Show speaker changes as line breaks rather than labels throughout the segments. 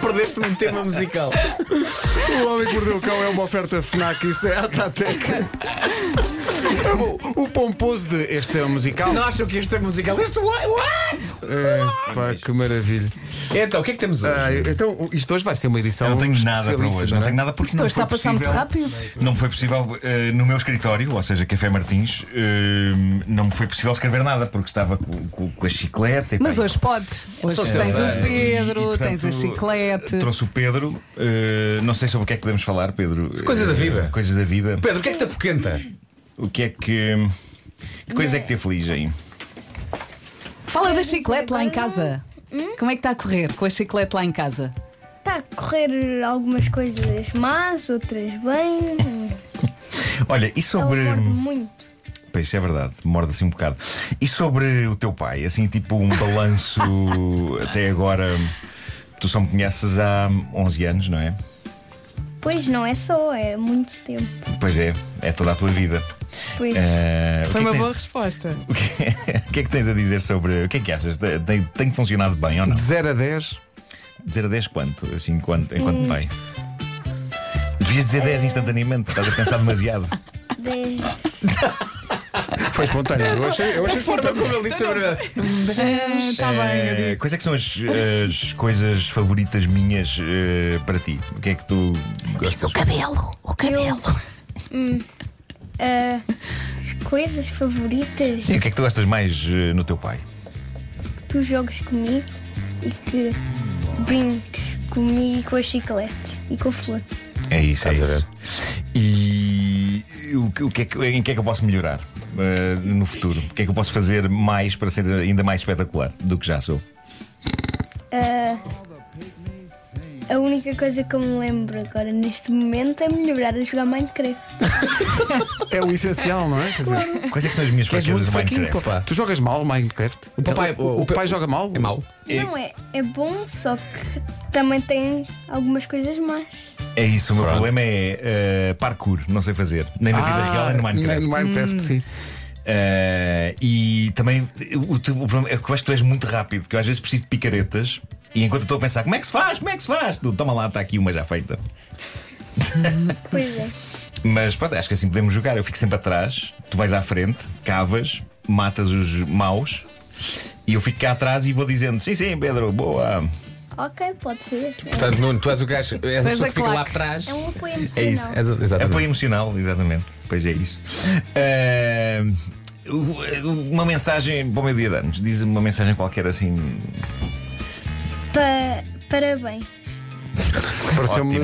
perdeste-me um tema musical.
O Homem que Mordeu o Cão é uma oferta FNAC e Seat Atec. O, o pomposo de este é um musical.
Não acham que este é musical? Este what? what?
É, pá, que maravilha.
Então, o que é que temos hoje?
Ah, então, isto hoje vai ser uma edição.
Eu não tenho nada para
especialíssima,
hoje,
não
não
é?
tenho nada porque
Isto
não
hoje
foi
Então está a passar muito
possível.
rápivel.
Não foi possível eh, no meu escritório, ou seja, Café Martins, eh, não me foi possível escrever nada porque estava com, com- com a chicleta. e
Mas
pá,
hoje podes. Hoje
Só se
tens
eu
o
e-
Pedro,
e, portanto,
tens a chiclete.
Trouxe o Pedro, eh, não sei sobre o que é que podemos falar, Pedro.
Coisas da vida.
Eh, Coisas da vida.
Pedro, o que é que te apoquenta?
O que é que. Que coisa é que te aflige aí?
Fala da chiclete lá em casa. Como é que está a correr com a chiclete lá em casa?
Está Tá a correr algumas coisas más, outras bem.
Olha, e
Ela
sobre.
morde muito.
Pois isso é verdade, morde assim um bocado. E sobre o teu pai, assim, tipo um balanço até agora. Tu só me conheces há 11 anos, não é?
Pois não é só, é muito tempo.
Pois é, é toda a tua vida.
Pois.
Eh, o que
Foi
é que
uma
tens-
boa resposta.
O que, o que é que tens a dizer sobre. O que é que achas? Te- Tem, tem funcionado bem ou não?
De 0 a 10.
Dizer a 10 quanto? Assim, quanto,
Hum.
enquanto pai? Devias dizer 10 instantaneamente, estás a pensar demasiado.
Dez.
Foi espontâneo. Eu achei, eu achei
Forma como ele disse sobre.
Tá
Está bem, eu
Eh,
digo.
Quais é que são as, as coisas favoritas minhas eh, para ti? O que é que tu gostas?
cabelo, o cabelo.
Ah, as coisas favoritas
Sim, o que é que tu gostas mais eh, no teu pai?
tu jogas comigo e que brinques comigo e com a chiclete e com a flor.
É isso, é
Estás a
isso. E o, que- o que é que, em que é que eu posso melhorar eh, no futuro? O que é que eu posso fazer mais para ser ainda mais espetacular do que já sou?
Ah, a única coisa que eu me lembro agora neste momento é melhorar a jogar Minecraft.
É o essencial, não é? Quer dizer,
Quais é que são as
és muito
minhas fraquezas no
fraquinho,
Minecraft?
papá. Tu jogas mal Minecraft? O,
papai-
o,
o-
pai joga mal?
É mau.
Não é, é bom, só que também tem algumas coisas más.
É isso, o meu problema é eh, parkour, não sei fazer. Nem na
Ah,
vida real, nem no Minecraft.
é No Minecraft, Hum. sim.
Eh, e também o, teu- o problema é que eu acho que tu és muito rápido, que eu às vezes preciso de picaretas e enquanto eu estou a pensar como é que se faz, como é que se faz, tu toma lá, está aqui uma já feita.
Pois é.
Mas pronto, acho que assim podemos jogar. Eu fico sempre atrás, tu vais à frente, cavas, matas os maus e eu fico cá atrás e vou dizendo: sim, sim, Pedro, boa. É
Ok, pode ser.
Portanto, Nuno, tu és o gajo, és a
a
pessoa que fica lá
claque.
atrás.
É um apoio
É
emocional.
isso.
És a- exatamente.
Apoio emocional, exatamente. Pois é isso. Eh, u- uma mensagem para o meu dia de anos. Diz uma mensagem qualquer assim. é
Pa- parabéns.
Pareceu-me.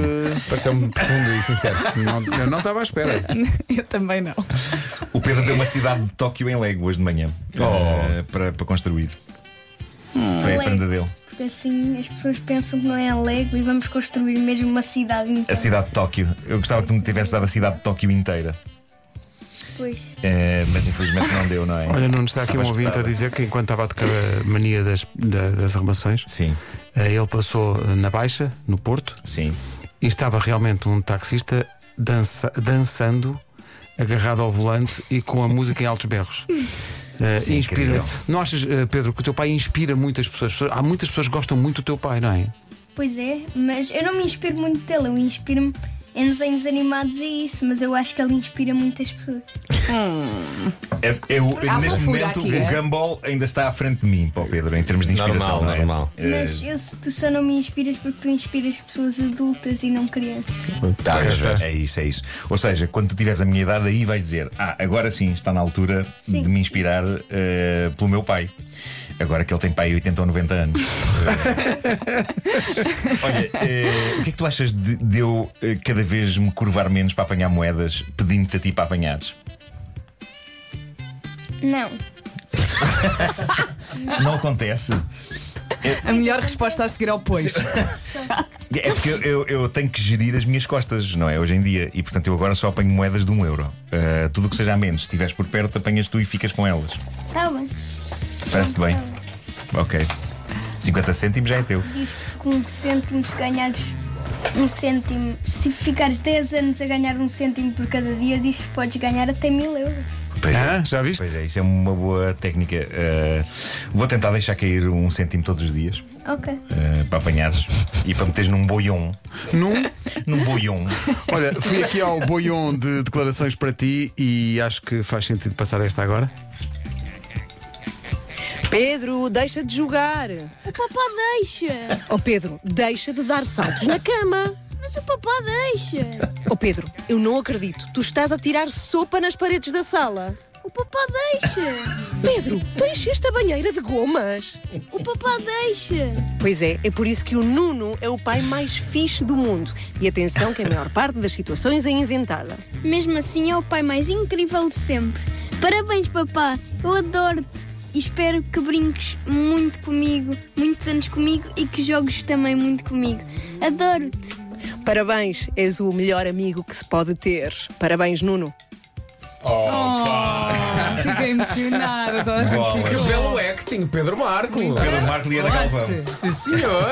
Pareceu-me profundo e sincero.
Não, eu não estava à espera.
Eu também não.
O Pedro deu uma cidade de Tóquio em Lego hoje de manhã eh, para, para construir. Foi a
Hum.
Lego.
prenda dele.
Porque assim as pessoas pensam que não é Lego e vamos construir mesmo uma cidade
A
inteira.
cidade de Tóquio. Eu gostava que tu me tivesse dado a cidade de Tóquio inteira.
Pois.
Eh, mas infelizmente não deu, não é?
Olha, não está aqui um
Estava
ouvinte a
espetada.
dizer que enquanto estava a tocar a mania das, da- das arrumações,
Sim,
eh, ele passou na Baixa, no Porto,
sim.
e estava realmente um taxista dança- dançando, agarrado ao volante e com a música em altos berros. Eh,
Sim,
inspira.
incrível.
Não achas, eh, Pedro, que o teu pai inspira muitas pessoas? Há muitas pessoas que gostam muito do teu pai, não é?
Pois é, mas eu não me inspiro muito dele, eu inspiro-me em desenhos animados e é isso, mas eu acho que ele inspira muitas pessoas.
Eu, eu- É,
Há
neste
fofura
momento,
aqui,
o
é?
Gambol ainda está à frente de mim, para o Pedro, em termos de
Normal,
inspiração. não é?
normal.
Eh,
Mas eu, tu só não me inspiras porque tu inspiras pessoas adultas e não crianças.
Tá, estás
Pois
a ver.
é, é isso, é isso. Ou seja, quando tu tiveres a minha idade, aí vais dizer: Ah, agora sim está na altura
Sim.
de me inspirar eh, pelo meu pai. Agora que ele tem pai 80 ou 90 anos. Eh, Olha, eh, o que é que tu achas de, de eu eh, cada vez me curvar menos para apanhar moedas, pedindo-te a ti para apanhares?
Não.
Não acontece.
A melhor resposta a seguir ao pois.
É porque eu, eu- eu tenho que gerir as minhas costas, não é? Hoje em dia. E portanto eu agora só apanho moedas de um euro. Eh, tudo o que seja a menos, se estiveres por perto, apanhas tu e ficas com elas.
Tá bem.
Parece bem. Ok. 50 cêntimos já é teu.
Disse que um cêntimo se ganhares um cêntimo, se ficares 10 anos a ganhar um cêntimo por cada dia, diz que podes ganhar até mil euros.
Pois é
Ah, já viste?
Ah, Pois é, isso é uma boa técnica. Eh, vou tentar deixar cair um cêntimo todos os dias.
Ok.
eh, para apanhares e para meteres num boião.
Num,
Num boião.
olha, fui aqui ao boião de declarações para ti e acho que faz sentido passar esta agora.
Pedro, deixa de jogar.
O papá deixa!
Oh Pedro, deixa de dar saltos na cama.
Mas o papá deixa!
Oh Pedro, eu não acredito. Tu estás a tirar sopa nas paredes da sala.
O papá deixa!
Pedro, tu encheste a banheira de gomas.
O papá deixa!
Pois é, é por isso que o Nuno é o pai mais fixe do mundo. E atenção que a maior parte das situações é inventada.
Mesmo assim, é o pai mais incrível de sempre. Parabéns, papá! Eu adoro-te! E espero que brinques muito comigo, muitos anos comigo e que jogues também muito comigo. Adoro-te!
Parabéns, és o melhor amigo que se pode ter. Parabéns, Nuno.
Oh,
Fiquei emocionada, toda a gente
Bolas.
Que
ficou.
belo acting, Pedro Marco.
Pelo Marco e Ana Galvão.
Sim, senhor.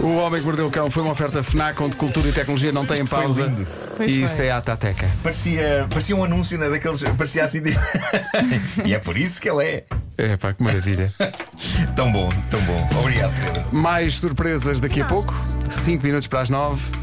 O Homem que Mordeu o Cão foi uma oferta FNAC onde cultura e tecnologia não têm
foi
pausa.
lindo.
Pois
E
foi.
isso é a Tateca.
Parecia, parecia um anúncio né, daqueles. Parecia assim. de- e é por isso que ele é.
É pá, que maravilha.
Tão bom, tão bom. Obrigado, Pedro.
Mais surpresas daqui a pouco. 5 minutos para as 9.